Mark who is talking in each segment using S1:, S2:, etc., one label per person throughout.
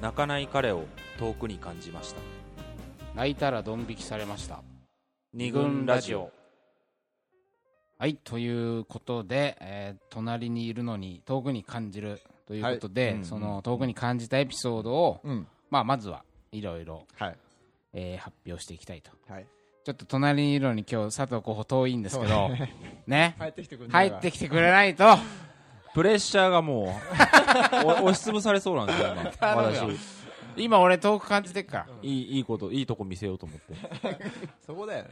S1: 泣かない彼を遠くに感じました
S2: 泣いたらドン引きされました
S1: 二軍ラジオ
S2: はいということで、えー隣にいるのに遠くに感じるということで、
S1: うんうん
S2: その遠くに感じたエピソードを、
S3: うん
S2: まあ、まずはいろいろ、
S3: はい
S2: えー発表していきたいと
S3: はい
S2: ちょっと隣にいるのに今日佐藤候補遠いんですけどね
S3: 帰ってきてくれ
S2: 入ってきてくれないと
S1: プレッシャーがも うお押しつぶされそうなんですよ今私
S2: 今俺遠く感じてるから、
S1: いいいいこといいとこ見せようと思って
S3: そこだよね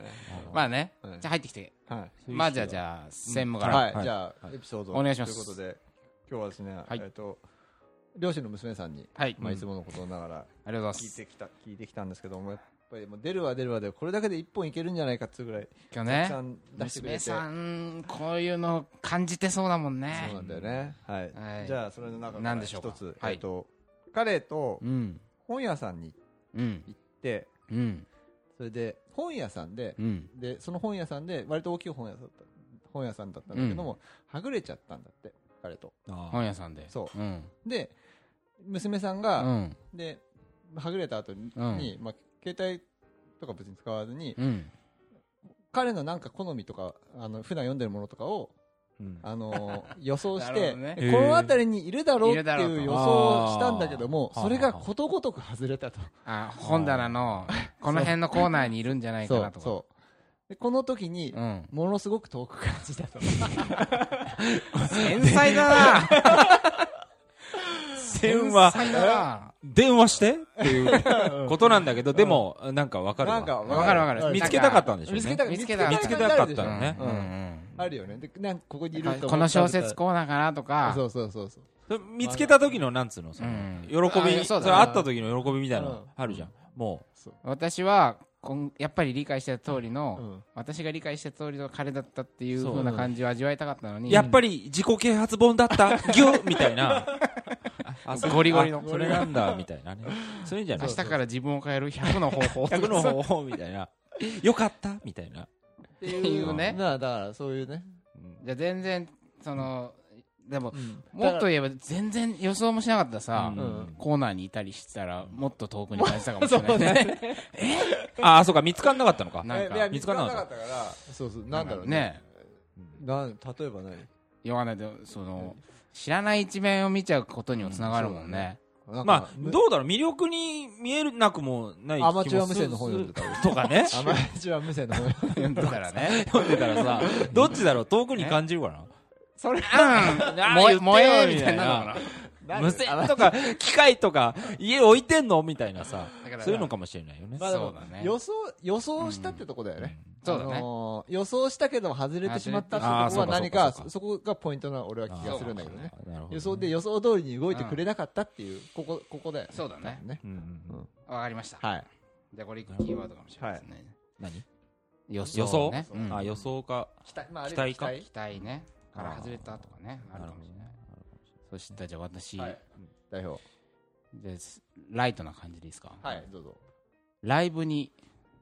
S2: まあね、
S3: うん
S2: じゃあ入ってきて
S3: はい
S2: まあじゃあじゃあ専務から、
S3: はい、
S1: はい
S3: じゃあ、エピソード
S2: お願いします
S3: ということで今日はですね、
S2: い
S3: えっと両親の娘さんに、
S2: はい
S3: まあ、いつものことながら
S2: ありがとうございま
S3: 聞い
S2: す
S3: てきた、聞いてきたんですけどもやっぱりもう出るわ出るわでこれだけで一本いけるんじゃないかっていうぐらい
S2: 今日
S3: たく
S2: ね
S3: さん出してくれて、
S2: 娘さんこういうの感じてそうだもんね
S3: そうなんだよね、はい
S2: はい
S3: じゃあそれの中から
S2: 何でしょうか
S3: 一つ、
S2: はい
S3: えっと彼と
S2: うん
S3: 本屋さんに
S2: う
S3: 行
S2: ん
S3: って
S2: うん
S3: それで本屋さんで、
S2: うん
S3: でその本屋さんで割と大きい本屋さんだった本屋さんだったんだけども、はぐれちゃったんだって彼と
S2: 本屋さんで、
S3: そう
S2: ん
S3: で娘さん
S2: う
S3: が、
S2: ん
S3: ではぐれた後に、
S2: うん
S3: まあ、携帯とか別に使わずに、
S2: うん、
S3: 彼のなんか好みとかあの普段読んでるものとか
S1: う
S3: を、
S1: ん
S3: あのー予想し
S2: なるほ
S3: て、
S2: どね
S3: でこの辺りにいるだろうっ
S2: い
S3: て
S2: るだろうと
S3: いう予想をしたんだけども
S1: あー
S3: それがことごとく外れたと
S2: あ本棚 のこの辺のコーナーにいるんじゃないか
S3: そ
S2: な
S3: う
S2: とか
S3: そうでこの時に、
S2: うん、
S3: ものすごく遠く感じたと
S2: 繊細だな
S1: 電話
S2: 繊細だな
S1: 電話してって いうことなんだけどでもなんかわかるわ
S3: なんか
S2: わかるわかる
S1: 見つけたかったんでしょう
S3: 見つけ
S1: ね
S3: た
S2: 見つけた
S1: 見つけたかった
S3: 見つけた
S1: の
S3: か
S1: ね
S2: うんうんうん
S3: あるよねでなんかここにいると思った
S2: この小説
S3: こ
S2: コーナーかなとか
S3: そうそうそうそう
S1: それ見つけた時のなんつうのその
S2: うん
S1: 喜び
S2: あ
S1: そ
S2: そうだね
S1: れ会った時の喜びみたいな
S3: うん
S1: のあるじゃんも
S2: 私はこんやっぱり理解してた通りの、
S3: うん
S2: 私が理う理解してた通りの彼だったっていう風な感じを味わいたかったの
S1: う
S2: に
S1: やっぱり自己啓発本だったギュッみたいな あそ
S2: ゴリゴリの
S1: あそれなんだみたいなねそれいいんじゃな
S2: 明
S1: い
S2: 日から自分を変える100の方 法
S1: 逆の方法みたいな よかったみたいな
S3: って
S2: いう ね
S3: なあだからそういうね、
S2: じゃあ全然そのでも
S3: うん
S2: もっと言えば全然予想もしなかったさ、
S1: うん
S2: コーナーにいたりしてたらもっと遠くに感じたかもしれない ね
S1: ああそうか見つかんなかったのか
S2: なん
S3: いや
S2: か
S1: 見つからなかっ
S3: 見つからなかったからそうそうなんだろうね
S2: ね
S3: なん例えば何
S2: 言わないでその知らない一面を見ちゃうことにもつながるもんね,、
S3: なんか
S1: まあ
S3: む
S1: どうだろう魅力に見えなくもない気も
S3: アマチュア無線の本読んでた
S1: とかね
S3: アマチュア無線の方
S2: だから ね
S1: 読んでたらさどっちだろう遠くに感じるかな
S3: それ
S1: あ
S2: 燃
S1: 言って
S2: え
S1: よ
S2: 燃えみたいなのかな
S1: 無線とか機械とか家置いてんのみたいなさ
S2: だから
S1: そういうのかもしれないよね
S3: まあでも
S2: そうだね
S3: 予想予想したってとこだよね
S2: そうだね
S3: あのー予想したけども外れてしまったってと
S1: あ
S3: こ
S1: そう
S3: は
S1: かそ
S3: 何
S1: うか
S3: か
S1: そうか
S3: そこがポイントな俺は気がするんだけどね
S1: なるほど
S3: 予想で予想通りに動いてくれなかったっていうここここだよ
S2: そうだね
S3: ね
S1: うんうんうん
S2: わかりました
S3: はい
S2: じゃあこれキーワードかもしれないですね、
S1: 何
S2: 予
S1: 予想
S2: ね、うん
S1: あ予想か
S3: 期待まああれ
S1: 期待か
S2: 期待ねから外れたとかねあるかもしれないそしたらじゃあ私、
S3: はい代表
S2: ですライトな感じでいいですか、
S3: はいどうぞ
S2: ライブに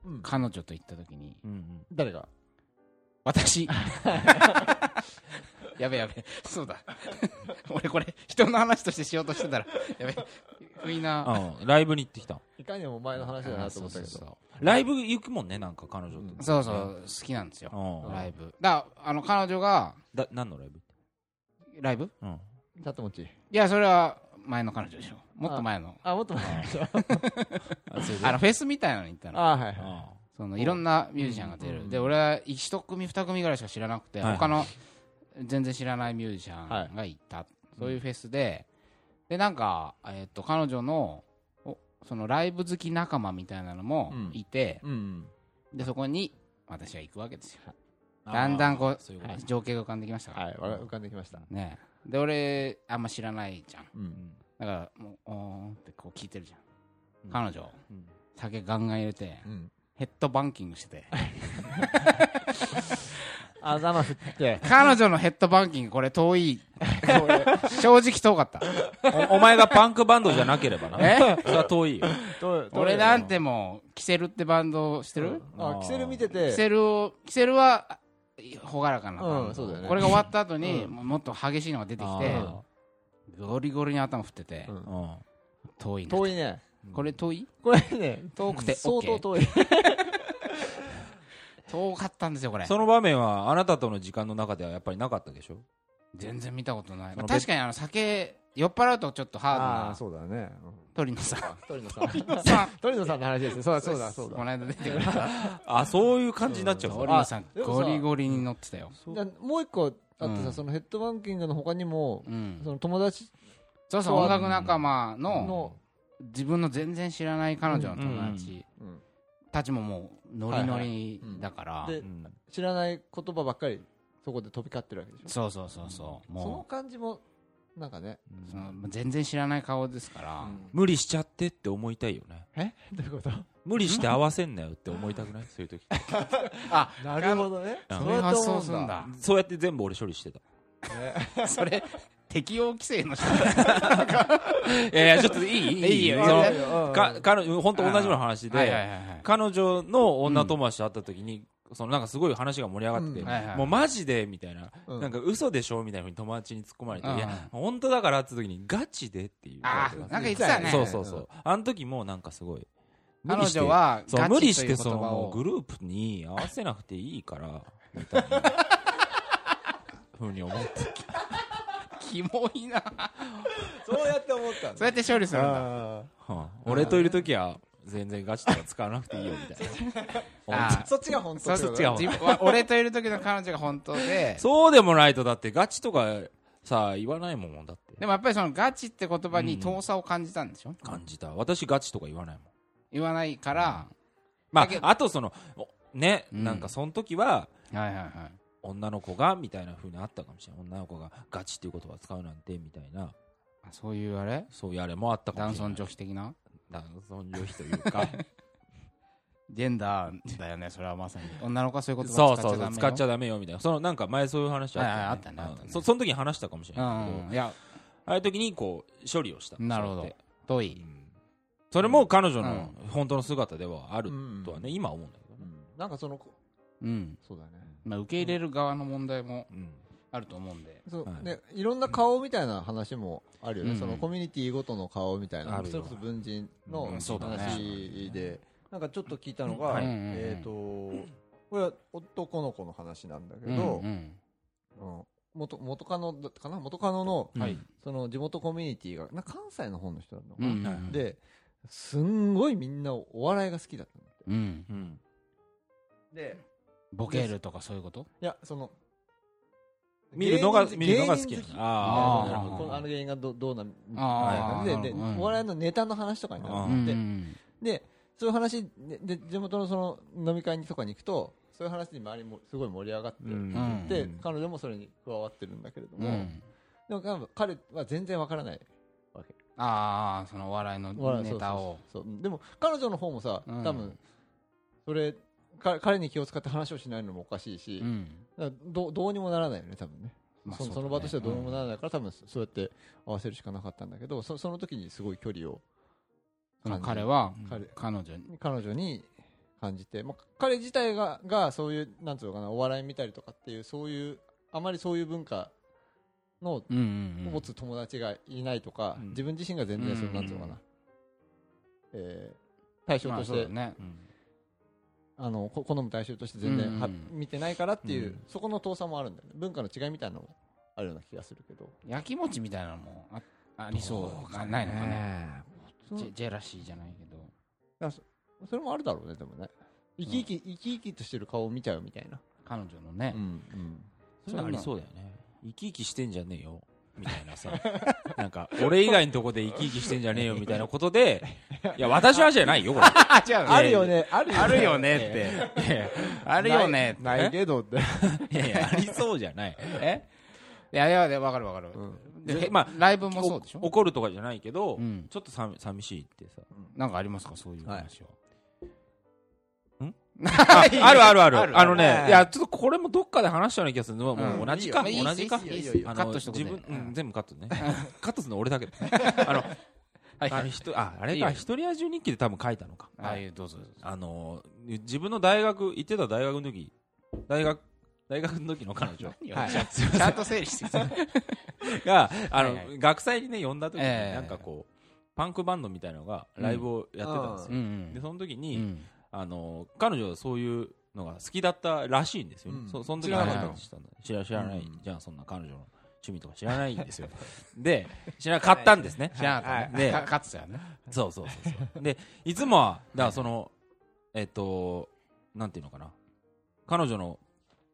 S3: うん
S2: 彼女と行った時に、
S1: うんうん
S3: 誰が
S2: 私やべやべそうだ 俺これ人の話としてしようとしてたらやべ不意な
S1: あライブに行ってきた
S3: いかにもお前の話だなと思ったけ
S2: そうそう
S3: ど
S1: ライブ行くもんねなんか彼女と
S2: そうそうそう好きなんですよ
S1: うん
S2: ライブだからあの彼女が
S1: だ何のライブ
S2: ライブ
S1: うん
S3: さともち
S2: いやそれは前の彼女でしょもっと前の
S3: あもっと前でしょ
S1: あそれで
S2: あのフェスみたいなのに行ったの
S3: あはいはい
S1: あ
S2: そのいろんなミュージシャンが出る、
S3: うん
S2: で俺は一組二組ぐらいしか知らなくて、
S1: はい
S2: 他の全然知らないミュージシャンがいた、そういうフェスで、でなんか、えっと彼女のおそのライブ好き仲間みたいなのも
S3: うん
S2: いて、
S3: うん
S2: でそこに私は行くわけですよ
S1: あ
S2: だんだんこう
S1: そういうこと
S2: はい情景が浮かんできましたから、
S3: はいわか浮かんできました
S2: ねえで俺あんま知らないじゃん
S3: うん
S2: だからもうおーんってこう聞いてるじゃん、
S1: うん
S2: 彼女
S1: うん
S2: 酒ガンガン入れて
S3: うん
S2: ヘッドバンキングしてて
S3: あざ ま振って
S2: 彼女のヘッドバンキングこれ遠い正直遠 かった
S1: おお 前がパンクバンドじゃなけれ ばな
S2: え
S1: それは遠いよ
S2: 俺なんてもうキセルってバンドしてる
S3: あキセル見て
S2: キ
S3: て
S2: セルをキセルは朗らかなバンド
S3: うんそうだよね
S2: これが終わった後に
S3: うん
S2: もっと激しいのが出てきて
S1: あ
S2: ゴリゴリに頭振ってて
S3: うん
S1: ーうん
S2: 遠いな
S3: 遠いね。
S2: これ遠い
S3: これね、
S2: 遠くて、
S3: 相当
S2: OK
S3: 遠い。
S2: 遠かったんですよこれ
S1: その場面はあなたとの時間の中ではやっぱりなかったでしょ
S2: 全然見たことない、
S1: その
S2: まあ確かにあの酒酔っ払うとちょっとハードな
S3: そうだね。
S2: 鳥野 さん
S3: 鳥野さん。
S2: さん
S3: 鳥野さんの話ですね。そうだ、そうだ、そう
S2: こ
S3: だ。
S2: の間出てくれた
S1: あそういう感じになっちゃう
S2: 鳥
S1: の
S2: 野さん
S3: あでもさ
S2: ゴリゴリに乗ってたよ
S3: じゃあもう一個あって
S2: う
S3: さ、
S2: ん
S3: そのヘッドバンキングの他にも
S2: う、ん
S3: その友達
S2: そうそう音楽仲間の
S3: の、
S2: 自分の全然知らない彼女の友達
S3: うん
S2: たちももうノリノリだから
S3: で
S1: うん
S3: 知らない言葉ばっかり、そこで飛び交ってるわけでしょ。
S2: そうそうそうそう
S3: その
S2: も
S3: 感じも、なんかね。
S1: うん
S2: うその全然知らない顔ですから
S1: 無理しちゃってって思いたいよね
S3: えどういうこと
S1: 無理して合わせんなよって思いたくないそういう時
S3: なるほどね。
S1: うん
S2: そういう
S3: やって
S2: 発
S3: 思
S2: 想
S3: う
S2: すんだ
S1: そうやって全部俺処理してた
S2: それ適用規制の 人
S1: いやいやちょっといい
S2: いいよ
S1: その
S2: いい
S3: よ
S1: か彼女本当同じような話
S2: はいはいはい
S1: で
S2: はい
S1: 彼女の女友達と会った時にそのなんかすごい話が盛り上がってて
S3: うん
S2: はいはい
S1: もうマジでみたいな
S3: うん
S1: なんか嘘でしょみたいなふうに友達に突っ込まれてい
S2: うん
S1: や本当だからって時にガチでっていう
S2: あーなんか言ってたね
S1: そうそうそうあの時もなんかすごい無
S2: 彼
S1: 理して
S2: 女は
S1: そう
S2: ガ
S1: 無理
S2: チ
S1: し
S2: とい
S1: て
S2: う言
S1: そ
S2: 葉
S1: のもう
S2: を
S1: グループに合わせなくていいからみたいなふうに思って
S2: キモいな
S3: そうやって思ったん
S2: そうやって処理するんだ
S3: だ。
S1: はあ俺といる時は全然ガチとか使わなくていいよみたいな本
S2: あ
S3: そっちが本当
S2: そう
S3: って
S2: そ
S3: こ
S1: そっ
S2: う
S3: と
S1: ちが
S2: 自分は俺といる時の彼女が本当で
S1: 当そうでもないとだってガチとかさ言わないもんだって
S2: でもやっぱりそのガチって言葉に遠さを感じたんでしょ
S1: 感じた私ガチとか言わないもん
S2: 言わないから
S1: ま
S2: だけど
S1: ああとそのおね
S2: うん
S1: なんかその時は
S2: はいはいはい
S1: 女の子がみたいなふうにあったかもしれない女の子がガチっていう言葉使うなんてみたいな
S2: あそういうあれ
S1: そういうあれもあったかも
S2: 男
S1: しれな
S2: 尊
S1: い
S2: 女卑的な
S1: 男尊女卑というか
S2: ジェンダーだよねそれはまさに女の子はそういう 言
S1: そ
S2: 葉
S1: うそうそう
S2: 使
S1: 使
S2: っ
S1: っ
S2: ち
S1: ち
S2: ゃ
S1: ゃダメよみたいなそのなんか前そういう話あったよ
S2: はいはいあったねあったね
S1: うんそその時に話したかもしれ
S2: ダ
S1: ない
S2: メ
S1: けど、
S2: うんいや
S1: ああいう時にこう処理をした
S2: なるほ
S1: そうやっ
S2: ど
S1: て
S2: 遠い
S1: それも彼女の本当の姿ではあるとはね、今は思うんだけどね、
S3: なんかその、
S2: うん
S3: そうだね。
S2: まあ受け入れる側の問題も
S1: うん
S2: あると思うんで
S3: そう
S1: はい
S3: ね、いろんな顔みたいな話もあるよね、
S2: うん
S3: そのコミュニティごとの顔みたいな、
S1: あるよ
S3: それこそ文人の
S1: うん
S2: そうだね
S3: 話で、なんかちょっと聞いたのが、
S1: はい
S3: えっ、と、これは男の子の話なんだけ
S2: うん
S3: ど、
S2: うん
S3: あの元元カノだったかな、元カノの
S2: はい
S3: その地元コミュニティがなんか関西の方の人なのか
S2: う
S3: な、
S2: ん
S1: はい
S3: で、すんごいみんなお笑いが好きだったんだって。
S2: うん
S1: うん
S3: で
S2: ボケるとかそういうこと
S3: いや、その、
S1: 見るのが
S3: 芸人
S1: 見るのが好きな
S3: 芸人
S1: の
S3: 好き
S1: あ
S2: ー
S3: なるほど
S2: あー
S3: このあの芸人がどどうなみみたい
S2: あ
S3: な
S2: ー
S3: 感じでで
S2: うん
S3: お笑いのネタの話とかに
S1: う
S2: う
S3: なって、
S2: ん
S3: でそういう話でで地元のその飲み会とかに行くとそういう話に周りもすごい盛り上がって、
S2: ん
S3: で
S1: うん
S3: 彼女もそれに加わってるんだけれど
S2: う
S3: も、
S2: ん
S3: でも多分彼は全然わからない
S2: ああそのお笑いの
S3: お笑い
S2: ネタを
S3: そうそうそうそうでも彼女の方もさ
S2: うん
S3: 多分それか彼に気を使って話をしないのもおかしいし、
S2: うん
S3: だからどうどうにもならないよね多分ね
S2: まあ
S3: そ
S2: そうだね
S3: その場としてはどうにもならないから、多分そそうやって合わせるしかなかったんだけどそその時にすごい距離を
S2: その彼
S3: 感
S2: は
S3: じ彼
S2: 彼女に
S3: 彼女に感じて、まあ、彼自体ががそういうなんつうのかなお笑い見たりとかっていうそういうあまりそういう文化の
S2: うんうんうん
S3: 持つ友達がいないとか、
S1: うん
S3: 自分自身が全然その、
S2: うん
S3: なんつうのかな、えー対象
S2: ま
S3: と
S2: あ
S3: して、
S2: そうだね
S1: うん
S3: あのこ好む対象として全
S2: うん
S3: 然は、見てないからってい
S1: う
S3: う、
S1: ん
S3: そこの遠さもあるんだよね文化の違いみたいなのもあるような気がするけど
S2: 焼き餅みたいなのもあありそうがないのかね
S3: そう
S2: ジェジェラシーじゃないけど
S3: それもあるだろうねでもね生き生き、生き生きとしてる顔を見ちゃうみたいな、
S2: 彼女のね
S3: うん
S1: そういうのありそうだよね生き生きしてんじゃねえよみたい なさなんか俺以外のとこで生き生きしてんじゃねえよみたいなこと でいや私の話じゃないよこれ
S2: あ違う
S3: あるよねあるよね
S2: あるよねっていやあるよねって
S3: ないないけどって
S1: いやいやありそうじゃない
S2: えいやいやでわかるわかる
S1: うん
S2: で
S1: まあ
S2: ライブもそうでし
S1: お
S2: ょ
S1: 怒るとかじゃないけど、
S2: うん
S1: ちょっとさみ寂しいって さ
S2: なんかありますかそういう話は
S1: ああるあるある。
S2: あ
S1: あ
S2: る
S1: の
S3: は
S1: ね、
S3: い
S1: いや、ちょっとこれもどっかで話したような気がする。もう
S2: うん
S1: 同じか、
S2: いいよ
S1: 同じか
S2: いい。よいいよいいよ
S1: あの
S2: カットしとくね
S1: 自分、う
S2: うんん
S1: 全部カッ トね。カットするの俺だけどね。あの、
S2: はい
S1: あの人ああれか、一人野獣日記で多分書いたのか。
S2: ああいうどうぞ
S1: あの、自分の大学、行ってた大学の時、大学、大学の時の彼女
S2: 何を
S1: はい
S2: ちゃんちゃんと整理してきて
S1: が、あの
S2: はいは、
S1: 学祭にね、呼んだ時に、
S2: ええ
S1: なんかこパンクバンドみたいなのがライブをやってたんです
S2: う
S1: よ。
S2: ん
S1: で、その時
S2: う
S1: に、
S2: ん。
S1: あの、彼女はそういうのが好きだったらしいんですよ。
S3: うん
S1: そその時
S3: 知ら
S2: なかった
S1: 話したんだ知ら知らない、
S3: うん
S1: じゃあそんな彼女の趣味とか知らないんです よ。で、知らなかったんですね。
S2: 知らなかったね。
S1: はい
S2: かかつてはね。
S1: そうそうそう そう。で、いつもは、だからその、えっと、なんていうのかな。彼女の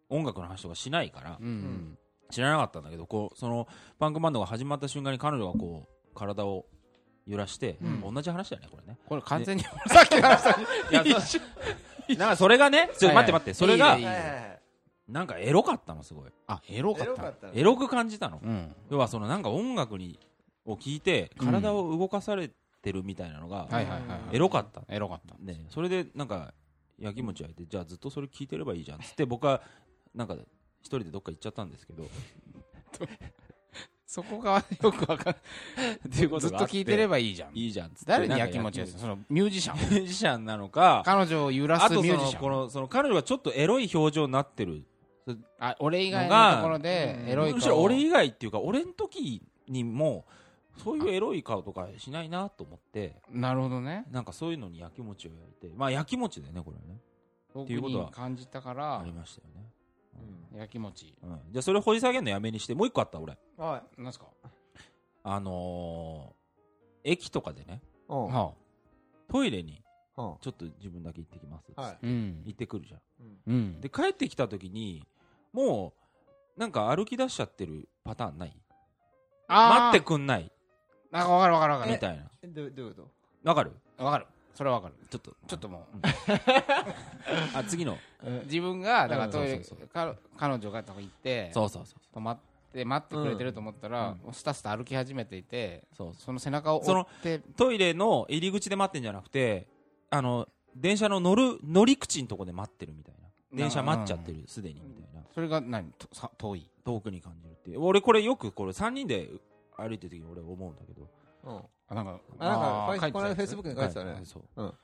S1: 音楽の話とかしないから
S2: う、ん。
S1: 知らなかったんだけど、こう、その、パンクバンドが始まった瞬間に彼女がこう、体を揺らして、
S2: うん
S1: 同じ話だよね、これね。
S2: これ完全に、
S1: さっきの話 なんかそれが ね、ちょっと待って待って、それが
S2: いい、よいいよ
S1: なんかエロかったの、すごい。
S2: あ、エロかったな。
S1: エロく感じたの。
S2: うん。
S1: 要はそのなんか音楽にを聞いて体を動かされてるみたいなのが
S2: はいはいはいはい。
S1: エロかった、
S2: エロかった。
S1: ね、それでなんかやきもち焼いてじゃあずっとそれ聞いてればいいじゃんっつって僕はなんか一人でどっか行っちゃったんですけどっ
S2: そこがよくわかん
S1: ていうこ
S2: ず
S1: とが
S2: っと
S1: あって
S2: 聞いてればいいじゃん。
S1: いいじゃんっつって
S2: 誰にやきもちや
S1: なん
S2: す
S1: か
S2: そのミュージシャン。
S1: やきもちミュージシャンなのか
S2: 彼女を揺ら
S1: あ
S2: す
S1: とそ
S2: ミュージ
S1: の
S2: シャン。
S1: このその彼女がちょっとエロい表情になってる
S2: あ俺以外
S1: のが
S2: のところで
S3: うん
S2: エロい
S1: むしろ
S2: 顔
S1: 俺以外っていうか俺の時にもそういうエロい顔とかしないなと思って
S2: なるほどね
S1: なんかそういうのにやきもちを焼いてまあやきもちだよねこれはね
S2: 僕
S1: ていうことは
S2: に感じたか
S1: あ
S2: ら
S1: りましたよね
S2: やきもち
S1: うん、じゃあそれ掘り下げるのやめにしてもう一個あった俺
S3: は
S2: なんすか
S1: あのー、駅とかでね
S3: い。うん。
S2: は
S1: トイレに
S3: うん
S1: ちょっと自分だけ行ってきます、
S3: は
S2: あうん
S1: 行ってくるじゃん
S2: うん
S1: で帰ってきた時にもうなんか歩き出しちゃってるパターンない
S2: あー
S1: 待ってくんない
S2: なんかわかるわかるわか
S1: み
S2: る
S1: たいな
S3: えどどういうこ
S1: わかる
S2: わかるそれはわかる
S1: ちょっと
S2: ちょっとも
S1: あ次の
S2: う自分がだから
S1: うん
S2: トイレ
S1: そうそう
S2: か彼女がとか行って
S1: そうそうそう
S2: 止まって待ってくれてると思ったらスタスタ歩き始めていて
S1: そうそ
S2: その背中を
S1: そ
S2: 追
S1: の
S2: って
S1: うトイレの入り口で待ってんじゃなくてあの電車の乗る乗り口のとこで待ってるみたいな電車待っちゃってるすでにみたいな
S2: それが何とさ遠い
S1: 遠くに感じるっていう俺これよくこれ3人で歩いてる時に俺思うんだけど
S3: とうん。
S2: あなんか
S3: あなんか
S2: あー
S3: ファイ
S2: 書いて
S3: この間
S2: たやつ
S3: Facebook に書いてた
S1: は
S3: ね
S1: い。そう、
S3: うん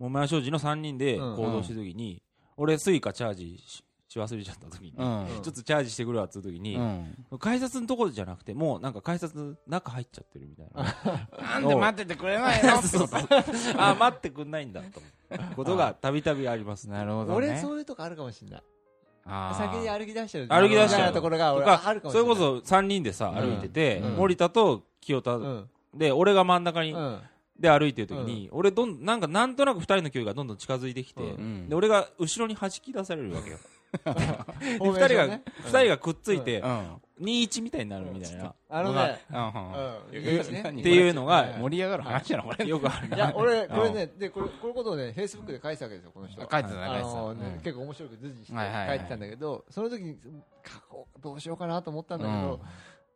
S1: もう前庄司の3人で
S3: うん
S1: 行動してる時に、俺スイカチャージしし忘れちゃった時に、
S2: う
S1: ち
S2: ん
S1: ょっとチャージしてくるわっつう時に、
S2: うん
S1: 改札のところじゃなくてもうなんか改札の中入っちゃってるみたいな
S2: なんで待っててくれない の
S1: そうそう あー待ってくんないんだと思うことがたびたびあります
S2: なるほどね
S3: 俺、そういうとこあるかもしれない。
S2: あー
S3: 先に歩き出してる。
S1: 歩き出
S2: してる
S3: みたいなところが
S1: と
S3: 俺
S1: か
S3: あるかもし
S1: そ
S3: れ
S1: れ
S3: ない。
S1: こそ3人でさ
S2: うん
S1: 歩いてて、
S3: うん
S1: 森田と清田、
S3: うん。
S1: で俺が真ん中に、
S3: うん。
S1: で歩いてる時に、俺どんなんかなんとなく2人の距離がどんどん近づいてきて、
S2: うん
S1: で俺が後ろに弾き出されるわけよで2人が、
S3: フォーメーションね
S1: 二人がくっついて、
S2: うん
S1: 2-1みたいになるみたいな、
S3: あのね。
S2: うんうん
S3: う。
S2: うんん
S3: いいですね
S2: 何
S1: っていうのが
S2: 盛り上がる話なのこれ
S1: よく ある
S3: いや、俺、これね、で、これ、このことをね、Facebook で書いてたわけですよ、この人
S2: 書い
S3: は
S2: てたね
S3: あ
S2: 書
S3: の
S2: いてた
S3: ね
S2: うん
S3: 結構面白くずじして
S2: はいはいは
S3: 書
S2: い
S3: いてたんだけど、その時に書こうどうしようかなと思ったんだけど、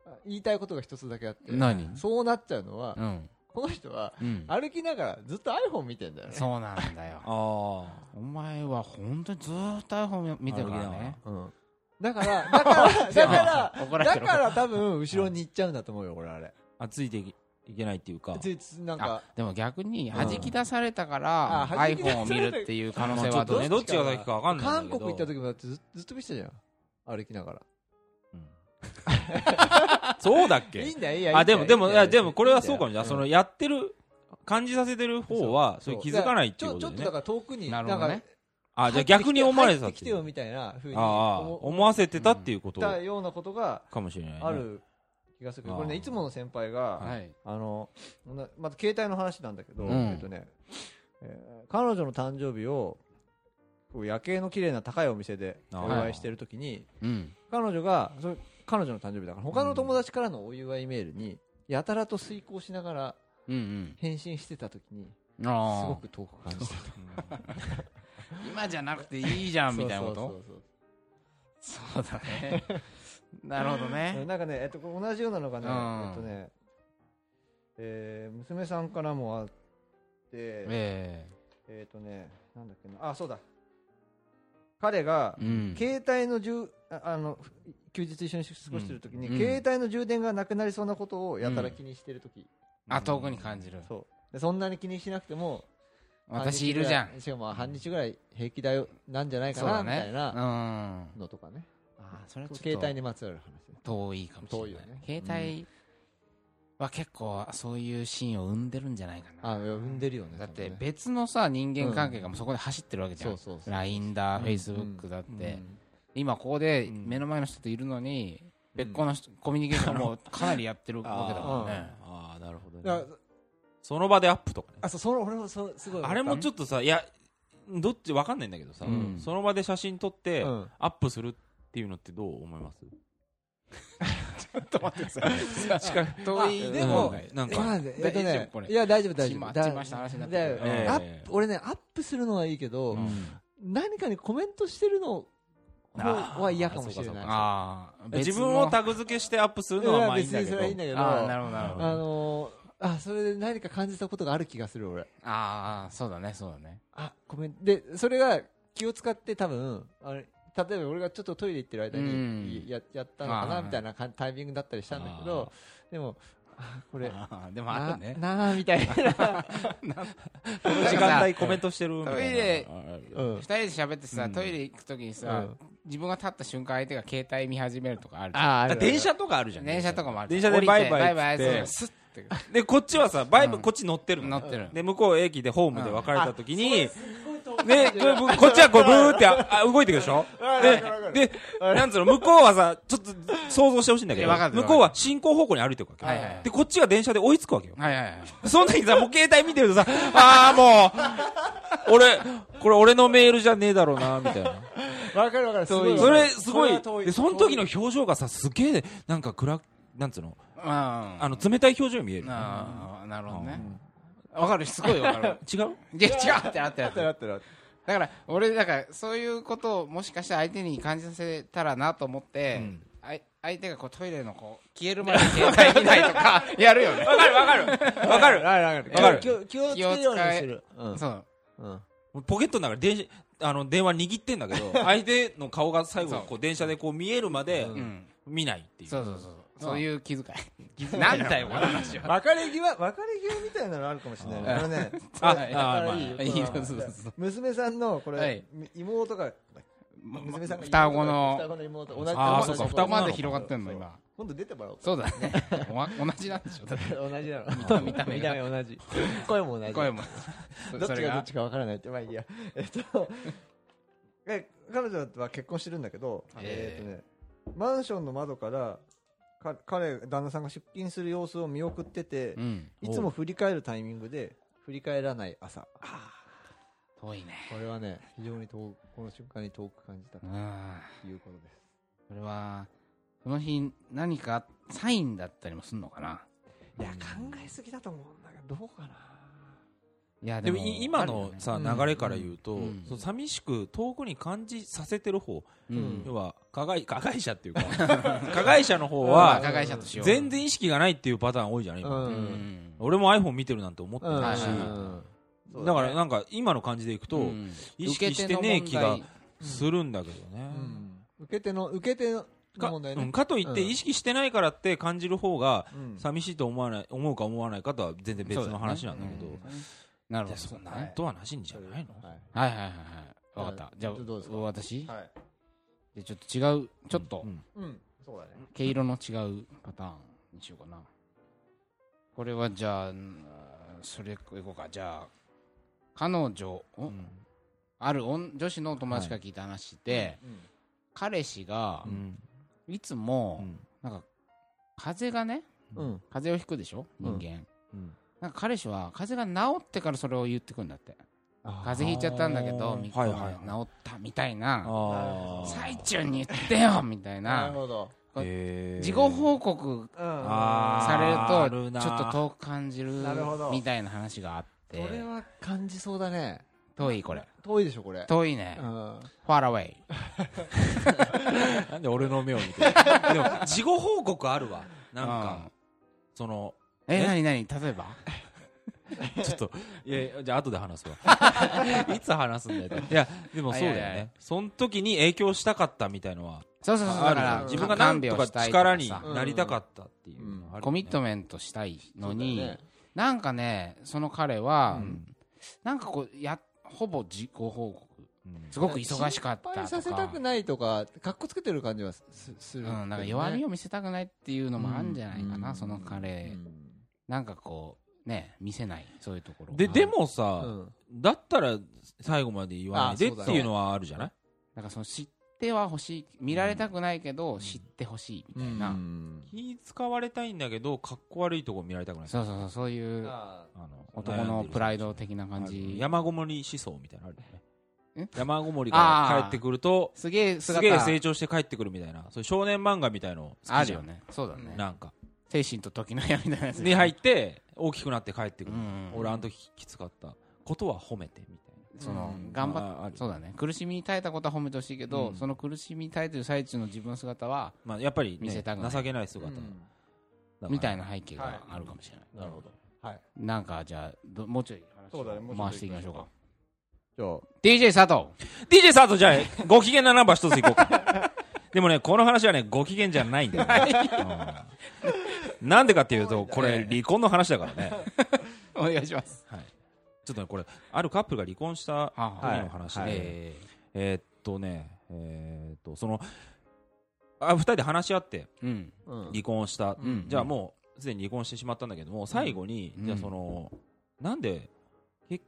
S3: あ言いたいことが一つだけあって、
S2: 何
S3: そうなっちゃうのは
S2: う、ん
S3: この人は
S2: うん
S3: 歩きながらずっと iPhone 見てんだよね。
S2: そうなん だよ
S1: あ
S2: お前は本当にずーっと iPhone 見てるからね
S3: うんだから、だから、だか
S2: 怒ら
S3: ら、
S2: れて
S3: だ
S2: る
S3: から多分後ろに行っちゃうんだと思うよ、俺あれ。
S1: ーあついていけないっていうか
S3: ついついなん
S2: あ
S3: か、
S2: でも逆に弾き出されたから
S3: あ弾き出
S2: iPhone を
S3: さ
S2: 見
S3: れた
S2: るっていう可能性
S1: ちょ
S2: は
S1: っ
S2: ど
S1: と
S2: う
S1: ね
S2: で
S1: どっちが先か分かんない
S3: 韓
S1: んだけど
S3: 国行った時もだってずずっと見てたじゃん。歩きながら。
S1: うんそうだっ
S3: いい
S1: け
S3: んだよ、いいや。いいんだ
S1: あ
S3: よ
S1: でもでもいやでもこれはそうかもしれない、
S3: ん
S1: そのやってる感じさせてる方はそ
S3: そう
S1: れ気づかないっていう
S3: ちょ
S1: こ
S3: ちょ
S1: とで
S3: っと
S1: ね
S3: だから遠くに、
S2: な
S3: な
S2: る
S3: ん
S2: ほどね
S3: か、
S1: あじゃあ逆に思われてた
S3: 入
S1: っ
S3: って
S1: て
S3: き
S1: い
S3: て
S1: う
S3: よみたいなふうに
S1: ああ
S3: 思
S1: 思わせてたっていうこ
S3: っ
S1: と
S3: たようなことが
S1: かもしれないね、
S3: ある気がするけど、
S1: ああ
S3: これね、いつもの先輩
S2: は
S3: が、
S2: い
S3: あの、なまた携帯の話なんだけど、
S2: うん
S3: えっとね、えー彼女の誕生日を、こう夜景の綺麗な高いお店でお祝いしてるときに、
S2: うん
S3: 彼女が、それ彼女の誕生日だから、他の友達からのお祝いメールに、やたらと遂行しながら
S2: うん
S3: 返信してたときに、
S2: うん
S3: すご
S2: あ
S3: く遠く感じた。
S1: うん
S2: あ今じゃなくていいじゃ んみたいなこと
S3: そうそうそう
S2: そうだね。 なるほど
S3: うん
S2: ね。
S3: なんかね、えっと、これ同じようなのがね、
S2: うん
S3: えっとね、えー娘さんからもあって、え
S2: え
S3: っとね、なんだっけな、あ、そうだ。彼が
S2: え、うん。
S3: 携帯の充、ああの、休日一緒に過ごしてるときに、
S2: うん
S3: 携帯の充電がなくなりそうなことをやたら気にしてるとき、
S2: あ、遠くに感じる。
S3: そうで。そんなに気にしなくても、
S2: 私いるじゃ
S3: 半日ぐら
S2: ん。
S3: い。しかも半日ぐらい平気だよ、なんじゃないか
S2: そうだ
S3: な、み
S2: ね。
S3: た。いうなんのとかね。
S2: あ、それはちょっと
S3: 携帯にまつわる話。
S2: 遠いかもしれ
S3: 遠い
S2: な
S3: よ
S2: い
S3: ね。
S2: 携帯は結構そういうシーンを生んでるんじゃないかな
S3: あいや生んでるよね
S2: だって
S3: 多分ね
S2: 別のさ人間関係がもうそこで走ってるわけじゃ
S3: そ
S2: ん
S3: うそうそう
S2: LINE だ
S3: うん
S2: Facebook だって今ここで
S3: うん
S2: 目の前の人といるのに
S1: うん
S2: 別個の 人コミュニケーションもかなりやってるわけだもんね
S1: ああ、なるほど
S3: だ
S1: ね
S3: か。ら
S1: その場でアップとかね。
S3: あそうその俺もそうすごい
S1: あれもちょっとさ、いや、どっちわかんないんだけどさ、
S2: うん
S1: その場で写真撮って、
S3: うん
S1: アップするっていうのってどう思います
S2: 遠い
S3: で
S1: う
S3: も
S1: んなん
S3: ま
S1: か、
S3: あえっと
S2: 大丈夫
S3: ね
S2: これ
S3: いや大丈夫大
S2: ち
S3: 丈夫
S2: ま
S3: だ
S2: ちました話になってる
S3: だ
S1: ええ
S3: アップ俺ねアップするのはいいけど
S1: うん
S3: 何かにコメントしてるの
S1: あー
S3: 方は嫌かもしれ
S1: そうか
S3: ない
S1: そう
S2: ああ別
S1: 自
S2: の
S1: 分をタグ付けしてアップするの
S3: い
S1: は
S3: や
S1: まあいいんだけ
S3: 別にそれはいいん
S1: ど。
S3: だけど
S2: ああなるほどなるほど
S3: あのーあそれで何か感じたことがある気がする俺
S2: ああそうだねそうだね
S3: あコメントでそれが気を使って多分あれ例えば俺がちょっとトイレ行ってる間
S2: うん
S3: にいややったのか
S2: あ
S3: な
S2: ー
S3: みたいなかんタイミングだったりしたんだけどでもあこれ
S2: ああでもあ
S3: な
S2: るね
S3: なあみたいな
S1: この時間帯コメントしてるみたいな
S2: トイレ
S3: う
S1: うん
S3: ん
S2: 二人で喋って
S1: う
S2: さ
S1: ん
S2: トイレ行くときに
S3: う
S2: さ
S3: ん
S2: 自分が立った瞬間相手が携帯見始めるとかあるじゃん
S3: ああ
S1: あ
S3: る
S1: 電車とかあるじゃん。
S2: 電車とかもある
S1: 電車でバイバイっつって
S2: 降りてバイバイそうスッて
S1: で、こっちはさ、バイブ、
S2: うん
S1: こっち乗ってるの
S2: 乗
S1: ね。
S2: ってる
S1: で、向こう駅でホームで別れた時に、
S3: うん
S1: ね、こうこっちはこう、ブーってああ動いていくでしょで、で、なんつうの、向こうはさ、ちょっと想像してほしいんだけ
S2: いやわか
S1: ど、
S2: る
S1: 向こうは進行方向に歩いていくわけ。
S2: はいはいはい
S1: で、こっちが電車で追いつくわけよ。
S2: はいはいはい
S1: その時さ、もう携帯見てるとさ、ああ、もう、俺、これ俺のメールじゃねえだろうな、みたいな。
S3: わかるわかるすごい
S1: それ、すご
S3: は遠
S1: い。で、その時の表情がさ、すげえ、なんか暗、なんつうの、
S2: まあ
S1: あの、冷たい表情に見える。
S2: ああなるほどねわかるすごいわかる
S1: 違う
S2: いや違うってなってなって
S3: 遠い
S2: だ
S3: あったらあった
S2: か
S3: ら
S2: ら俺だからそういうことをもしかしたら相手に感じさせたらなと思って、あい相手がこうトイレのこう消えるまで携帯見ないとか やるよね
S1: わかるわかる。わかる。
S3: あるある
S1: わかる
S3: 気を気をつけるようにしてるうん
S2: そう
S3: うん
S1: ポケットの中で電あの、電話握ってんだけど、相手の顔が最後、こう、電車でこう見えるまで
S3: う、
S2: うん
S1: 見ないっていう。
S2: そうそうそうそういう気遣いなんだよこの話は
S3: 別れ際別れ際みたいなのあるかもしれないねあのね
S1: あ、あ
S2: はい
S1: まあ
S3: いいよ
S2: いいよ
S3: この
S2: そうそうそう
S3: 娘さんのこれ、
S2: はい
S3: 妹が娘さんが妹
S2: 双子の
S3: 双子の妹同じ
S1: あー
S3: 同じ
S1: そうか
S2: 双子まで広がってんの
S3: そう
S2: 今
S3: 今度出てもらおう
S2: そうだねおわ同じなんでしょだって
S3: 同じなの見
S2: た見た目が
S3: 同じ声も同じ
S2: 声もそ
S3: どっ
S2: そ
S3: ち
S2: れ
S3: がどっちかわからないってまあいいや えっとえ彼女とは結婚してるんだけど、
S2: え
S3: えっとねマンションの窓からか彼旦那さんが出勤する様子を見送ってて
S2: う、ん
S3: いつも振り返るタイミングで振り返らない朝
S2: 遠いね
S3: これはね非常に遠くこの瞬間に遠く感じたと
S2: うん
S3: いうことです
S2: それはその日何かサインだったりもすんのかない
S3: や、考えすぎだと思うんだけど、どうかな。
S2: いや
S1: でもい今
S2: ある
S1: の
S2: よね
S1: さ、
S3: うん
S1: 流れから言うと、
S2: うん
S1: その寂しく遠くに感じさせてる方、
S2: う
S3: うん
S2: ん
S1: 要は加害、加害者っていうか、加害者の方
S2: まあ
S1: は、
S2: 加害者としよう
S1: 全然意識がないっていうパターン多いじゃない今
S2: う
S3: うん
S2: ん
S1: 俺も iPhone 見てるなんて思ってないし、
S3: うん
S1: だからなんか今の感じでいくと、
S2: うん
S1: 意識してねえ気がするんだけどね。
S3: うん受け手の、受け手の
S1: か
S3: 問題
S1: うん
S3: ね。
S1: かといって
S3: うん
S1: 意識してないからって感じる方が
S3: うん
S1: 寂しいと思わない思うか思わないかとは全然別の話なんだけど、
S2: そうだよねな
S1: い
S2: るほ
S1: や
S2: ど
S1: そんなんとはなしんじゃないの、
S3: はい
S2: はいはいはいはいわかったじゃあ
S3: どうですか
S2: 私
S3: はい。
S2: でちょっと違うちょっと
S1: うん
S3: うん、そうだね。
S2: 毛色の違うパターンにしようかなこれはじゃあうんそれいこうかじゃあ彼女お
S1: うん
S2: ある女女子のお友達から聞いた話で彼氏が
S1: うん
S2: いつも、
S1: うん
S2: なんか、風邪がね、
S3: うん。うん。
S2: 風邪をひくでしょ人
S3: うん
S2: 間。
S1: うん
S2: なんか彼氏は、風邪が治ってからそれを言ってくるんだって。風邪ひいちゃったんだけど、
S1: あー
S2: 3日
S1: はい
S2: 前
S1: はいはい
S2: 治ったみたいな、
S1: あー
S2: 最中に言ってよみたい
S3: なる
S2: な、
S3: ほど。
S1: へー
S2: 事後報告
S3: うん。
S1: あ
S2: され
S1: ある
S2: ると、
S1: な
S2: ちょっと遠く感じる
S3: なるほど
S2: みたいな話があっ
S3: これ
S2: て、
S3: は感じそうだね。
S2: 遠いこれ。
S3: 遠いでしょ、これ。
S2: 遠いね
S3: う。ん。
S2: far away。
S1: なんで俺の目を見てる でも事後報告あるわなん
S2: う
S1: か
S2: ん
S1: その
S2: え、
S1: え
S2: なになに例えば
S1: ちょっといやいやじゃあ後で話す わいつ話すんだよいやでもそうだよ
S2: いやいやいや
S1: ねその時に影響したかったみたいのは
S2: そうそうそう、
S1: あ
S2: だ
S1: る
S2: か
S1: よ
S2: ら、
S1: 自分がなんとか力に
S2: 看病したいとかさ
S3: さ
S1: なりたかったっていうのはあるよね
S2: コミットメントしたいのに、
S3: そうだよね
S2: なんかね、その彼は、
S1: うん
S2: なんかこう、や、ほぼ自己報告。
S1: うん
S2: すごく忙しかったと
S3: 失敗
S2: か。
S3: させたくないとか、かっこつけてる感じはすす
S2: う
S3: る。
S2: ん、なんか弱み
S3: を
S2: を見せたくないっていうのもあるんじゃないかな、その
S3: う
S2: 彼
S3: ん
S2: なんかこう、ね、見せない、そういうところ。
S1: で、
S2: はい
S1: で、も
S3: う
S1: さ、
S3: ん。
S1: だったら最後まで言わないで
S3: あ
S1: っ
S3: そうだ
S1: て
S3: ね
S1: いうのはあるじゃない
S2: なんかその知っては欲しい、見られたくないけど、知ってほしいみたいな、
S3: うん
S1: 気使われたいんだけど、かっこ悪いとこ見られたくない。
S2: そうそうそう、そういう
S3: あ
S1: あの
S2: 男のプライ
S1: ド
S2: ド的な感じ。
S1: 山ごもり思想みたいなのあるよね
S2: ん。
S1: 山ごもりが
S2: あー
S1: 帰ってくると、
S2: すげえ
S1: す
S2: 姿
S1: げえ成長して帰ってくるみたいな、そういう少年漫画みたいの好きじゃん
S2: あるよね。そうだね。
S1: なんか。
S2: 精神と時の矢みたいなやつ。
S1: に入って、大きくなって帰ってく
S2: う
S1: る。
S2: ん。
S1: 俺、あの時きつかったことは褒めてみたい
S2: その
S3: う
S1: な。
S3: ん、
S2: 頑張っ
S1: っ
S2: そうだね。苦しみに耐えたことは褒めてほしいけど、
S1: うん
S2: その苦しみに耐えてる最中の自分の姿は、
S1: まあ、やっぱりね、
S2: 見せたくない
S1: 情けない
S3: ー
S1: 姿だか
S2: う
S1: ら
S2: んみたいな背景
S3: はい
S2: があるかもしれない。
S3: なるほど。はい。
S2: なんか、じゃあ、どもうちょい話
S3: そうだねもう
S2: を
S3: ちょっと
S2: 回していきましょうか。
S3: じゃあ、
S2: DJ 佐藤
S1: DJ さんとじゃあ、ご機嫌なナンバー一ついこうか。 でもね、この話はね、ご機嫌じゃないんだよね。うんなんでかっていうと、これ、離婚の話だからね。
S2: お願いします。
S1: ちょっとね、これ、あるカップルが離婚した
S2: は
S1: 時
S2: あはあ
S1: の話で、
S3: はい
S2: え
S1: えーっとね、えーっと、その、あ、二人で話し合って
S2: ーうん。
S3: うん
S1: 離婚した。
S2: うん
S1: じゃあもう、すでに離婚してしまったんだけども、最後に、
S2: うん
S1: じゃあその、なんで、け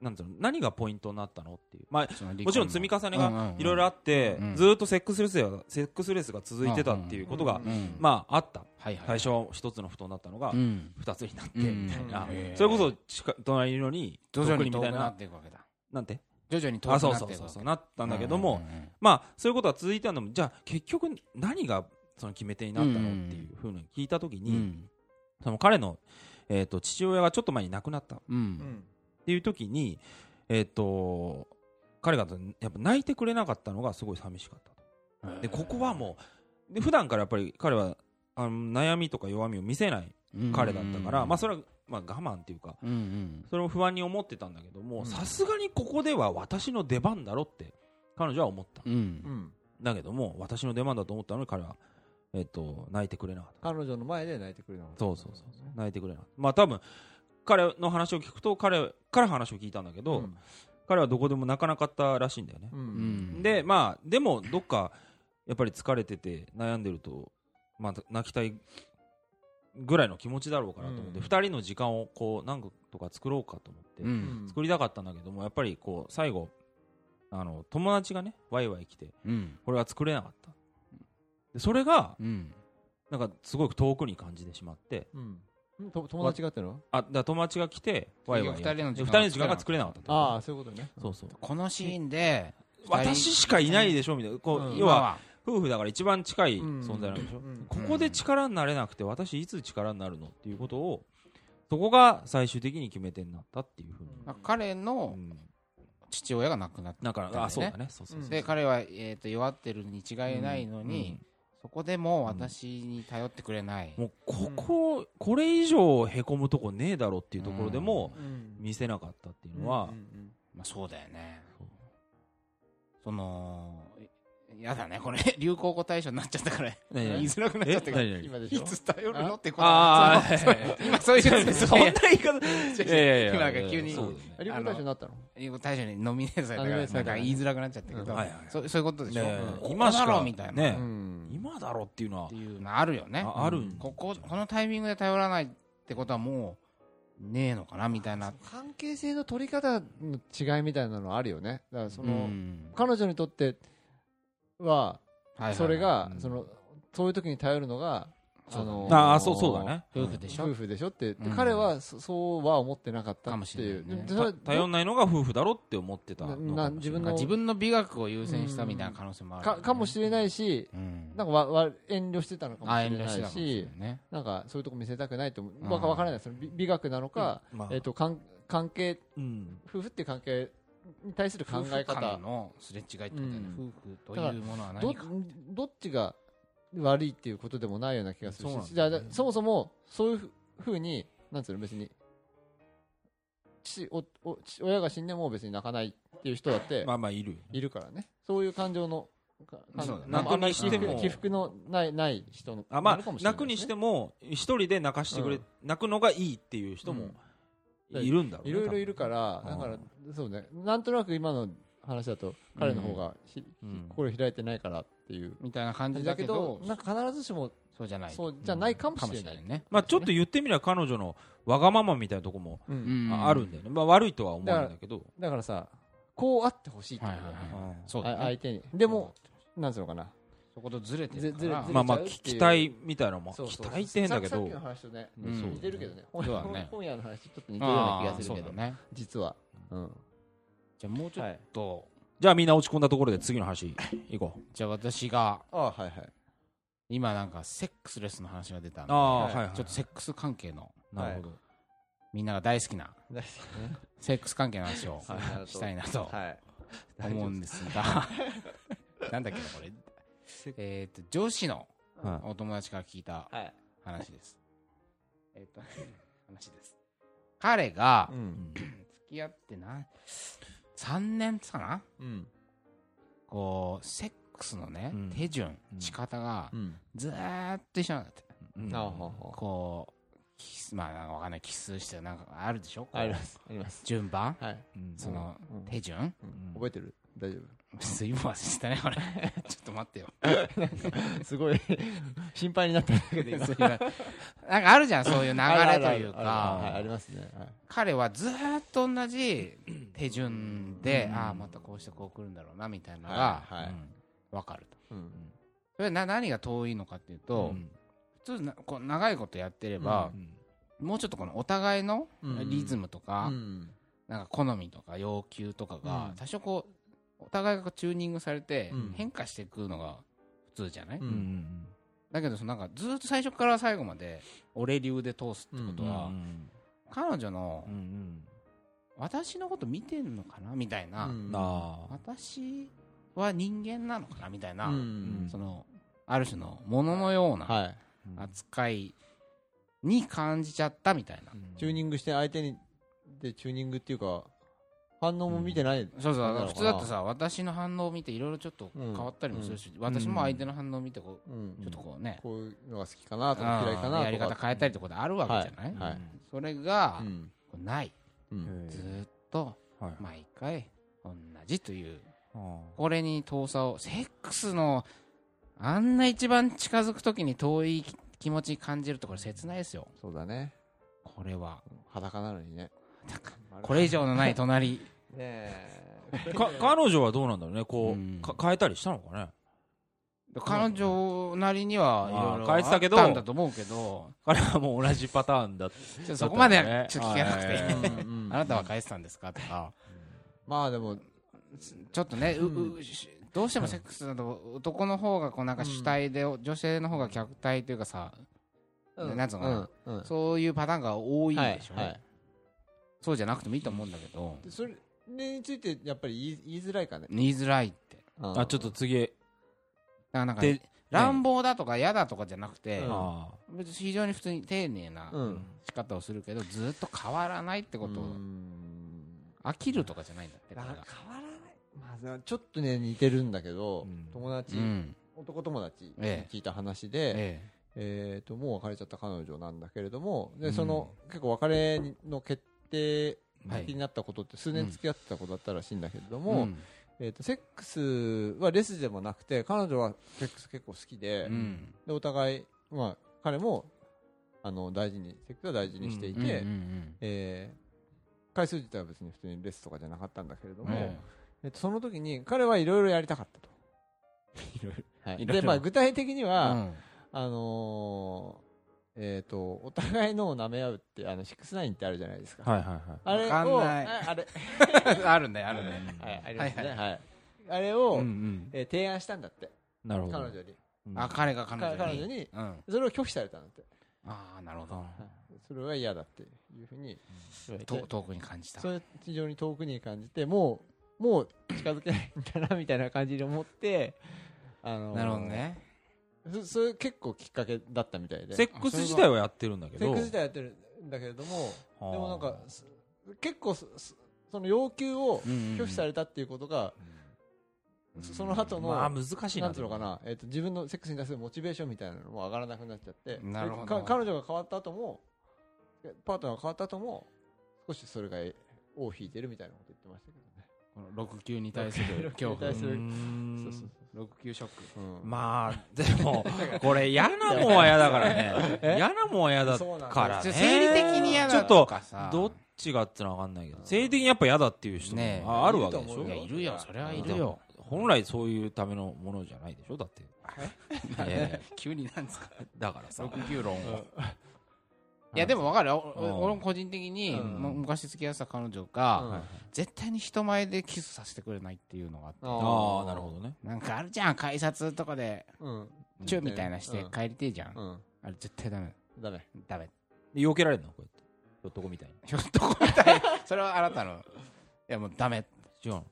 S1: なんていうの何がポイントになったのっていう。まあ、
S2: その離婚の
S1: もちろん積み重ね
S2: うんうん
S1: が
S2: うん
S1: いろいろあって
S2: うん、
S1: ずーっとセックスレスや、セックスレスが続いてたっていうことが
S3: うん、
S2: うん
S1: まあ、あった。
S2: はいはい。
S1: 最初は一つの布団だったのが
S2: う、ん。
S1: 二つになって、
S2: うん
S1: みたいな
S2: うんへ。ー
S1: それこそ近、隣のに、
S2: 徐々に
S1: 特みた
S2: 遠く
S1: い
S2: な
S1: な
S2: っ、ていくわけだ。
S1: なんて
S2: 徐々に遠くな
S1: あ
S2: って
S1: そ
S2: い
S1: う
S2: くわ
S1: そう
S2: けだ
S1: そうそうなったんだけど
S2: う
S1: も、
S2: んうんうん
S1: まあそういうことは続いたのもじゃあ結局何がその決め手になったのっていうふうに聞いた時に、
S2: うん
S1: その彼の、えー、と父親がちょっと前に亡くなったっ
S2: う
S3: うんん。
S1: ていう時にえっ、と彼がやっぱ泣いてくれなかったのがすごい寂しかったとでここはもうで普段からやっぱり彼はあの悩みとか弱みを見せない彼だったから、まあそ
S2: れ
S1: れはまあ我慢っていうか
S2: うんうん
S1: それを不安に思ってたんだけども
S3: うん
S1: さすがにここでは私の出番だろって彼女は思った
S2: うんうん
S3: うん。
S1: だけども私の出番だと思ったのに彼は、えっと泣いてくれなかった
S3: 彼女の前で泣いてくれなかった。
S1: そうそうそう泣いてくれなかったまあ多分彼の話を聞くと彼から話を聞いたんだけど、
S3: ん
S1: 彼はどこでも泣かなかったらしいんだよね
S3: う、。
S2: うんん
S1: でまあでもどっかやっぱり疲れてて悩んでると、まあ、泣きたいぐらいの気持ちだろうかなと思って、
S3: うん
S1: 二人の時間をこう何とか作ろうかと思って、
S2: うん
S1: 作りたかったんだけどもやっぱりこう最後あの友達がねワイワイ来て
S2: うん
S1: これが作れなかったでそれが
S2: うん
S1: なんかすごく遠くに感じてしまって
S3: うん。と友達がっての
S1: あだから友達が来てワイワイやって
S2: 二人の時間
S1: 二人の時間が作れなかったってこと
S3: ああ、そういうことね。
S1: そうそう
S2: このシーンで
S1: 私しかいないでしょみたいなこう、
S3: うん
S1: 要
S2: 今
S1: は
S2: は
S1: 夫婦だから一番近い
S3: うん
S1: 存在なんでしょ、
S3: うん
S1: ここで力になれなくて私いつ力になるのっていうことをそこが最終的に決め手になったっていうふうに、
S2: 彼
S1: う
S2: の
S1: ん、
S2: 父親が亡くなっ
S1: だから、
S2: だよね
S1: あそうだねそうそうそう
S2: てで彼はえーと弱ってるに違いないのにそこでもう私に頼ってくれない
S1: もうここ、これ以上へこむとこねえだろっていうところでも
S3: うん。
S1: 見せなかったっていうのは、
S2: まあそうだよね
S1: そう
S2: そのやだねこれ 流行語大賞になっちゃったから
S1: 何
S2: 言
S1: 々
S2: いづらくなっちゃ
S1: え
S2: ったから
S1: 何々
S3: 今でし
S2: い
S3: ょ。
S2: つ頼るのってこと
S1: ああ、
S2: その今 そういう
S1: そんな言い方。
S2: 違う今なんか急に
S1: そうだ
S3: リ
S1: よね
S3: コ大賞になったの
S2: 英語大賞にノミネートされた
S3: ノミ
S2: か
S3: ネ
S2: ら
S3: ート
S2: なん
S3: された
S2: か
S3: からね
S2: 言いづらくなっちゃったけ
S3: うん
S2: ど、
S1: はいはい
S2: そそういうことでしょ、
S1: ねえ
S2: うん
S1: 今しか
S2: ここだろうみたいな、
S1: ね
S3: 今
S1: 今だろっていうのは
S2: っていうのあるよね
S1: ああるん
S2: こここのタイミングで頼らないってことはもうねえのかなみたいな
S3: 関係性の取り方の違いみたいなのあるよね。だからその、
S2: ん
S3: 彼女にとって
S2: はい
S3: は、
S2: はいはい
S3: それが
S1: う、ん
S3: その、そういう時に頼るのが、
S2: そうだね
S3: の
S1: ああそうそうだね
S2: 夫婦でしょ
S3: 夫婦でしょって、で
S2: うん
S3: 彼はそそうは思ってなかった
S2: かも
S3: っ
S2: してれ
S3: い
S2: な
S3: う
S2: いね
S3: でそれ
S1: た頼んないのが夫婦だろって思ってたのかもしれな
S3: ない自分
S2: なんか
S3: の
S2: 自分の美学を優先したみたいな可能性もあるよ
S3: か
S2: ね、
S3: かもしれないし
S2: うん
S3: なんかわわ遠慮してたのかも
S2: あ
S3: しれ
S2: 遠慮
S3: な
S2: して
S3: い
S2: たかも
S3: し
S2: しれないね
S3: なんかそういうとこ見せたくないと思
S2: うん
S3: うわかわからないその美美学なのか,、
S1: まあ
S3: えっとかん関係
S1: うん
S3: 夫婦っていう関係に対する考
S2: 夫
S3: え
S2: 婦
S3: 方
S2: 間のすれ違いってことだよね、
S3: う
S2: 夫婦というものは
S3: ど
S2: 何か
S3: どっちが悪いっていうことでもないような気がする
S1: そうなんだ
S3: し
S1: よね
S3: だだそもそもそういうふふうになんつうの別に父おお父親が死んでも別に泣かないっていう人だって
S1: まあまあいるよね
S3: いるからねそういう感情のか感
S2: そうだね
S3: なんかあんまり
S1: 泣くにし
S3: 起
S1: て
S3: 伏
S1: も
S3: 起伏のないない人の
S1: あま
S3: なのか
S1: あ
S3: もしれない
S1: 泣くにして
S3: も
S1: も一人で泣かしてく
S3: う
S1: れ
S3: ん
S1: 泣くのがいいっていう人もいるんだろうね
S3: いろいろいるから
S1: 多分
S3: だから
S1: う
S3: そうねなんとなく今の話だと彼の方がひ、
S1: うん
S3: 心開いてないからっていう
S2: みたいな感
S3: 感
S2: じ
S3: じ
S2: だ
S3: だ
S2: け
S3: け
S2: ど
S3: どなんか必ずしも
S2: そうじゃない
S3: そうじゃないかもしれない、
S2: ね
S1: まあちょっと言ってみれば彼女のわがままみたいなとこも
S3: う
S2: う
S3: ん
S2: ん
S1: ああるんだよね、まあ、悪いとは思うんだけど、
S3: だからさこうあってほしいってこ
S2: はい
S3: と
S2: はい
S3: だよね、
S2: はい
S1: うん
S2: そう
S3: あ
S2: だね
S3: 相手にでもなんつうのかな
S2: そことずれてるか
S3: ずずれ
S2: ら
S3: ずれ
S1: まあまあ
S3: ちゃうっていう
S1: 聞きたいみたいなのも
S3: そう
S1: 期
S3: そう
S1: 待ってんだけ
S3: ささ
S1: ど
S3: っきの話とね
S2: うん
S1: そう
S3: 似てるけどね
S2: そう
S3: 本
S2: だね
S3: 本屋の話とちょっと似てるような気
S2: あ
S3: が
S2: あ
S3: す
S2: そ
S3: る
S2: う
S3: け
S2: だ
S3: ど
S2: ね
S3: 実はうん
S2: じゃあもうちょっと
S1: じゃあみんな落ち込んだところで次の 話行こう
S2: じゃあ私が
S3: ああはいはい
S2: 今なんかセックスレスの話が出たんで
S1: ああはい
S3: は
S1: はいい、はい、
S2: ちょっとセックス関係の
S1: なるほど、
S2: みんなが大好きな
S3: 大好きね
S2: セックス関係の話を
S3: そうなると
S2: したいなと
S3: はい
S2: 思うんです がなんだっけなこれえっと女子の
S1: はい
S2: お友達から聞いた
S3: はい
S2: 話ですえっと話です彼が
S3: うん
S2: 付き合ってな3年かな
S3: うん
S2: こうセックスのね
S1: うん
S2: 手順
S1: うん
S2: 仕方が
S3: うん
S2: ずーっと一緒なんだって
S1: うん
S3: ああほうほう
S2: こうキスまあなんかわかんない奇数してなんかあるでしょこう
S3: ありますあります
S2: 順番
S3: はい
S1: うん
S2: その
S3: うん
S2: 手順
S1: うん
S3: 覚えてる大丈
S2: すいませんしたねこれちょっと待ってよ
S3: 夫 すごい心配になったんだけど今
S2: すいませんなんかあるじゃんそういう流れという
S3: あるあるあるあるはい
S2: か
S3: ありますねはい
S2: 彼はずーっと同じ手順でああまたこうしてこう来るんだろうなみたいなのが
S3: はいは
S1: う
S3: い
S1: ん
S2: わかると
S3: うん
S2: それな何が遠いのかっていうと、
S1: うん
S2: 普通なこう長いことやってれば、もうちょっとこのお互いの
S3: うん
S2: リズムとか、
S3: うん
S2: なんか好みとか要求とかが、
S3: うん
S2: 多少こうお互いがこうチューニングされて
S3: うん
S2: 変化していくのが普通じゃない、
S3: う
S1: うんん
S2: だけどそのなんかずっと最初から最後まで俺流で通すってこと
S1: うん
S2: は、彼女の
S1: うんうん
S2: 私のこと見てんのかなみたいな、
S3: うん
S1: なあ
S2: 私は人間なのかなみたいな、
S3: うん
S2: そのある種のもののような
S3: はい
S2: 扱いに感じちゃったみたいな、
S3: チューニングして相手にでチューニングっていうか反応も見てない
S2: そうそ
S3: なんだろ
S2: う
S3: うな
S2: 普通だとさ私の反応を見ていろいろちょっと変わったりもするし、私も相手の反応を見てこ
S3: う
S2: うんちょっとこうね、
S3: こういうのが好きかなとか
S2: あー
S3: 嫌いかなとか
S2: やり方変えたりとかであるわけじゃない、
S3: はいはい
S2: それが、
S3: うん
S2: こうない
S3: うん
S2: ずーっと
S1: はい
S2: 毎回同じという
S1: あ
S2: これに遠さをセックスのあんな一番近づく時に遠い気持ち感じるとこれ切ないですよ
S3: そうだね
S2: これは
S3: 裸なのにね
S2: これ以上のない隣
S3: ねえ
S1: ーか彼女はどうなんだろうねこ
S2: うん
S1: うか変えたりしたのかね
S2: 彼女なりにはいろいろ
S1: まあ変
S2: あっ
S1: えてたけど
S2: たんだと思うけど
S1: 彼はもう同じパターンだ
S2: ちょっとそこまで
S1: だったね
S2: はちょっと聞かなく
S1: はい
S2: て、
S3: うん
S2: あなたは返したんですかとか、
S3: まあでも
S2: ちょっとね、ううしどうしてもセックスだと男の方がこうなんか主体で、女性の方が客体というかさ、
S3: うん
S2: なんつうのかな、
S3: うんうん
S2: そういうパターンが多い
S3: はい
S2: でしょ、
S3: はい
S2: そうじゃなくてもいいと思うんだけど、
S3: でそれについてやっぱり言い言いづらいかね
S2: 言いづらいって。
S3: うん
S1: あちょっと次
S2: だからなんか、
S1: で
S2: 乱暴だとか嫌だとかじゃなくて、
S3: うん
S1: あ
S2: 別に非常に普通に丁寧な
S3: うん
S2: 仕方をするけど、ずっと変わらないってこと、
S3: うん
S2: 飽きるとかじゃないんだって、
S3: だ
S2: こ
S3: か
S2: れ
S3: ら
S2: が。
S3: 変わらないまあでもちょっとね似てるんだけど
S1: うん
S3: 友達
S2: うん。
S3: 男友達に
S2: え
S3: 聞いた話で
S2: ええ。
S3: えー、ともう別れちゃった彼女なんだけれども
S2: う
S3: で
S2: ん
S3: その、結構別れの決定
S2: はい
S3: 的になったことって数年付き合ってたことだったらしいんだけれども、
S2: うん
S3: えー、とセックスはレスでもなくて彼女はセックス結構好きで,、
S2: うん。
S3: でお互い、まあ、彼もあの大事にセックスは大事にしていて、
S2: うんうん
S3: えー回数自体は別に普通にレスとかじゃなかったんだけれど
S2: うん
S3: も、
S2: え
S3: えっとその時に彼はいろいろやりたか ったと。はい
S2: いろいろ
S3: でまあ、具体的に
S2: え
S3: は、
S2: うん
S3: あのー、えっ、と、お互いのを舐め合うって、あの、69ってあるじゃないですか。
S1: あはいはいはい
S3: あれを、
S2: わかんない
S3: あ あれ、
S2: あるね、あるね。
S3: はい、ありますね。
S2: は
S3: はいい、あれを、
S1: うんうん
S3: えー提案したんだって、
S1: なるほ
S3: 彼
S1: ど
S3: 女に。
S1: うん
S2: あ、彼が彼女に。
S3: 彼女に
S2: うん。あ
S3: それを拒否されたんだって。
S2: あ、なるほど。
S3: はいそれは嫌だっていうふうに言われて、
S2: と遠くに感じた。
S3: それ非常に遠くに感じて、もう、もう近づけないんだな、みたいな感じで思って、あのー
S2: なるほど。ね。
S3: そそれ結構きっかけだったみたいで。
S1: セックス自体はやってるんだけ
S3: セッ
S1: ど
S3: クス自体やってるんだけれども、
S1: はあ
S3: でもなんか、す結構そ、そその要求を拒
S2: 拒
S3: 否されたっていうことが、そその後の、
S1: まあ難しいな
S3: なんていうのかな、えっと自分のセックスに対するモチベーションみたいなのも上がらなくなっちゃって、
S2: なるほど
S3: でか彼女が変わった後も、パートナーが変わった後も、少しそれが尾を引いてるみたいなこと言ってましたけどね。
S2: この6級に対する恐
S3: 対す
S2: 怖
S3: る
S1: うーん
S3: そうそう
S2: 6級ショック
S3: そう、うん
S1: まあでもこれ嫌なもんは嫌だからね
S3: え
S1: 嫌なもんは嫌だ
S3: そうなんです
S1: からね
S2: ちょ生理的に嫌だとかさ
S1: どっちがっつのは分かんないけど生理的にやっぱ嫌だっていう人も
S2: ねえ
S1: ああるわけでし
S3: いると
S1: ょ
S2: い
S3: 思
S2: や
S3: う
S2: いるよそれはいるよ
S1: 本来そういうためのものじゃないでしょだって え
S2: 急になんですか
S1: だからさ
S2: 6級論を
S3: う
S2: いやでも分かるよ
S1: うん
S2: お俺も個人的に
S3: うん
S2: も昔付き合ってた彼女
S3: ん
S2: が絶対に人前でキスさせてくれないっていうのがあって
S1: ああなるほどね
S2: なんかあるじゃん改札とかで
S3: どうん
S2: チューみたいなして
S3: うん
S2: 帰りてえじゃん
S3: うん
S2: あれ絶対ダメ
S3: ダメ
S2: ダメ
S1: で避けられるのこうやってひょっとこみたいに
S2: ひょっとこみたい それはあなたのいやもうダメ
S1: 違うの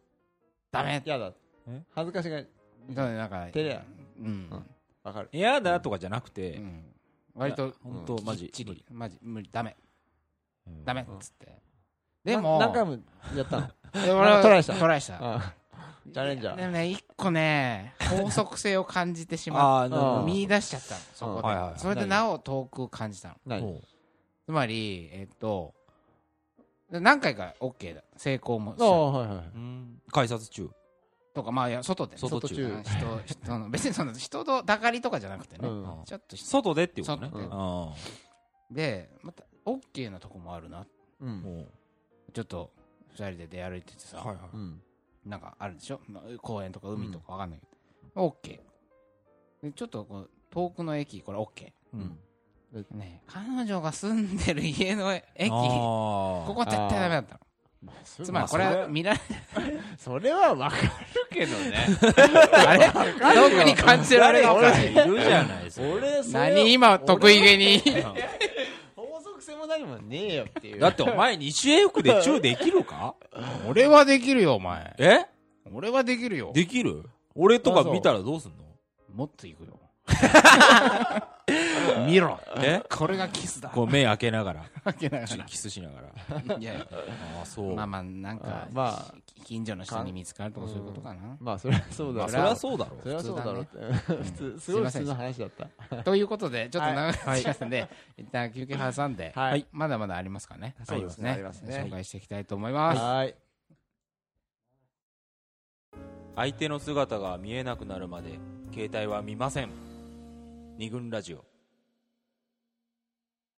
S2: ダメ
S3: やだ
S1: え
S3: 恥ずかしがり
S2: だからなんか
S3: 照れや
S2: うん
S3: わかる
S1: 嫌だとかじゃなく
S2: う
S1: て
S2: ん割と
S1: 本当マ
S2: マジ
S1: ジ
S2: っちりマジ無理ダメ
S1: うん
S2: ダメっ
S3: うん
S2: つってでも
S3: な何回もやったの
S2: で俺は
S3: トライした
S2: トライした
S3: あチャレンジャー
S2: でもね一個ね法則性を感じてしまっ
S1: ああなるほ
S2: て
S1: ど
S3: うん
S2: 見出しちゃったのそこ
S1: はいはいは
S2: で
S1: い
S2: それでなお遠く感じたの
S3: ない
S1: ほう
S2: つまりえっと何回か OK だ成功もした
S3: ああはいはい
S1: うん改札中
S2: とかまあいや外でね
S1: 外
S3: 外
S2: うん人人の別にその人とだかりとかじゃなくて
S3: う
S2: ね
S3: ん
S1: うん
S2: ちょっとし
S1: 外でっていうことね
S3: 外で
S1: あ
S2: でまた OK なとこもあるな
S3: う
S1: あ
S3: ん
S1: も
S2: ちょっと2人で出歩いてて
S1: う
S2: さ
S1: はいは
S3: うん
S2: なんかあるでしょまあ公園とか海とかわかんないけど、オッケーでちょっとこう遠くの駅これオッケ
S1: いうん
S2: ーねえ彼女が住んでる家の駅こ
S1: ああ
S2: こ絶対ダメだったのつまりこれ
S1: まあそれ
S2: は見られ
S3: それはわかるけどね
S2: あれ特に感じられ
S1: 誰
S2: ない
S1: かいるじゃないですか
S3: 俺それ
S2: 何今得意げに
S3: 法則性も何もねえよっていう
S1: だってお前日英服でチューできるか
S2: 俺はできるよお前
S1: え
S2: 俺はできるよ
S1: できる俺とか見たらどうすんの
S2: もっといくよ見ろ
S1: え
S2: これがキスだ
S1: こう目開けながら
S2: わけなが
S1: キスしながら
S2: らいやいや
S1: ああそう
S2: まあまあなんか
S3: あま
S2: 近所の人に見つかるとかそういうことかな、
S3: まあそれはそうだ
S1: ま
S3: ろ
S1: あ
S3: う
S1: そりゃそうだろ
S3: それはそうだろうって普通す
S2: すい
S3: ごい
S2: ま
S3: 普
S2: せん
S3: 通の話だった
S2: ということで、ちょっと長くなっちゃったんで、一旦休憩挟んで、
S3: はい
S2: まだまだありますかね。
S3: そうですねありますね
S2: 紹介していきたいと思います。
S3: はい
S1: 相手の姿が見えなくなるまで携帯は見ません二軍ラジオ